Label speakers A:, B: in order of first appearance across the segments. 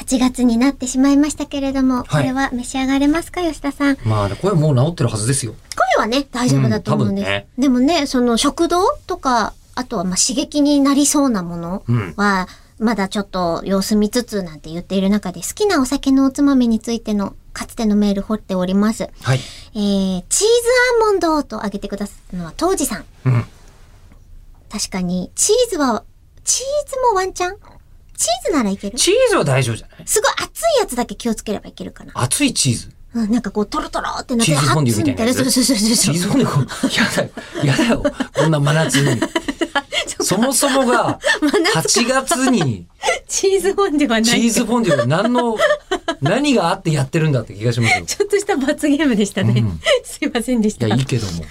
A: 8月になってしまいましたけれども、これは召し上がれますか、吉田さん。
B: まあ、これもう治ってるはずですよ。
A: 声はね、大丈夫だと思うんです。
B: うん多分ね
A: でもね、その食堂とか、あとはまあ刺激になりそうなもの
B: うん
A: は、まだちょっと様子見つつなんて言っている中で、好きなお酒のおつまみについての、かつてのメール掘っております。
B: はい。
A: えー、チーズアーモンドと挙げてくださったのは、当時さん。
B: うん。
A: 確かに、チーズは、チーズもワンチャンチーズならいける
B: チーズは大丈夫じゃない
A: すごい熱いやつだけ気をつければいけるかな。
B: 熱いチーズ。
A: うん、なんかこう、トロトロってなって、
B: チーズフォンデュみたいなや
A: ハ
B: つ
A: ッツそうそうそう
B: チ
A: そう
B: ー
A: そ
B: ズ
A: う。
B: フォンデュこう、やだよ。やだよ。こんな真夏 に。そもそもが、8月に
A: チーズフォンデュはない。
B: チーズフォンデュが何の、何があってやってるんだって気がしますよ。
A: ちょっとした罰ゲームでしたね。
B: う
A: すいませんでし
B: い
A: た。
B: や、いいけども。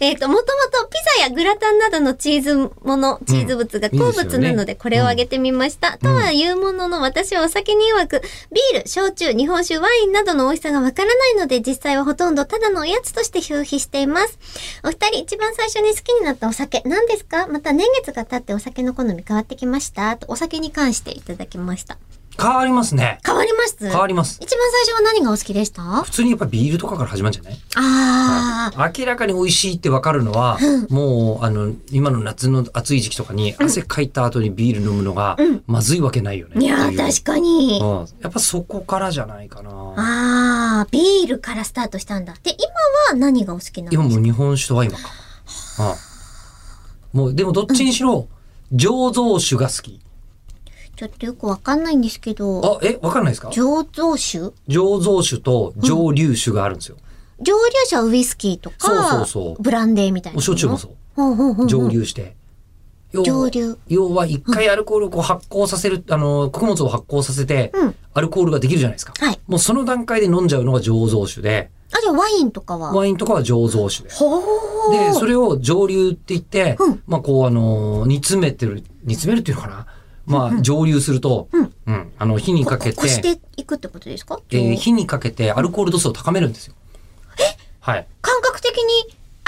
A: えっ、と、もともとピザやグラタンなどのチーズもの、チーズ物が好物なので、これをあげてみました。とは言うものの、私はお酒に曰く、ビール、焼酎、日本酒、ワインなどの美味しさがわからないので、実際はほとんどただのおやつとして消費しています。お二人、一番最初に好きになったお酒、何ですかまた年月が経ってお酒の好み変わってきましたとお酒に関していただきました。
B: 変わりますね。
A: 変わります
B: 変わります。
A: 一番最初は何がお好きでしたあ
B: 普通にやっぱビールとかから始まるんじゃない
A: あー。
B: 明らかに美味しいってわかるのは、もう、あの、今の夏の暑い時期とかに汗かいた後にビール飲むのが、まずいわけないよね。
A: いや
B: っ
A: ー、
B: てう
A: 確かに。
B: うんやっぱそこからじゃないかな。
A: ああ、ビールからスタートしたんだ。で、今は何がお好きなんです
B: 今
A: か
B: もう日本酒とワインばっか。うんもう、でもどっちにしろ、醸造酒が好き。
A: ちょっとよくわかんないんですけど、
B: あ、え、わかんないですか
A: 醸造酒
B: 醸造酒と蒸留酒があるんですよ。
A: 蒸留酒はウイスキーとか、
B: そうそうそう
A: ブランデーみたいな
B: お
A: の。
B: 焼酎もそう。
A: ほうほうほうほう
B: 蒸留して。要は
A: 蒸留
B: 要は一回アルコールをこう発酵させる、あの、穀物を発酵させて
A: うん、
B: アルコールができるじゃないですか。
A: はい。
B: もうその段階で飲んじゃうのが醸造酒で、
A: あ、じゃあワインとかは
B: ワインとかは醸造酒です。
A: ほう。
B: で、それを蒸留って言って、
A: うん
B: まあこうあのー煮詰めてる、煮詰めるっていうのかなまあ蒸留すると、
A: うん
B: うんあの火にかけ、
A: ここしてていくってことですか、
B: えー火にかけてアルコール度数を高めるんですよ。はい。
A: 感覚的に、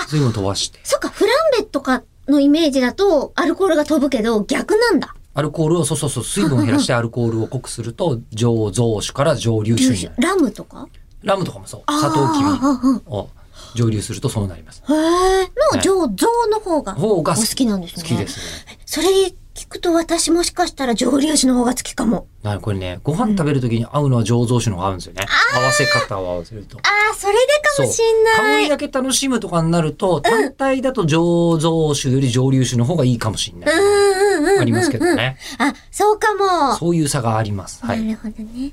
B: 水分を飛ばして。
A: そっか、フランベとかのイメージだと、アルコールが飛ぶけど、逆なんだ。
B: アルコールを、そうそうそう、水分を減らしてアルコールを濃くすると、醸造酒から蒸留酒
A: 流
B: に
A: 酒
B: なる。
A: ラムとか
B: ラムとかもそう。
A: あー
B: サトウキ
A: うんうん
B: ビを蒸留するとそうなります。
A: へえ、の醸造の方が、
B: 方が
A: お好きなんですね。
B: 好きですね。
A: それ聞くと私もしかしたら蒸留酒の方が好きかも。
B: なこれね、ご飯食べるときに合うのは醸造酒の方が合うんですよね。合わせ方を合わせると。
A: ああ、それでかもしん
B: 香
A: な
B: り
A: い。
B: だけ楽しむとかになると、単体だと醸造酒より蒸留酒の方がいいかもしれない。
A: うんうんうんうんうん。
B: ありますけどね。
A: あ、そうかも。
B: そういう差があります。はい。
A: なるほどね。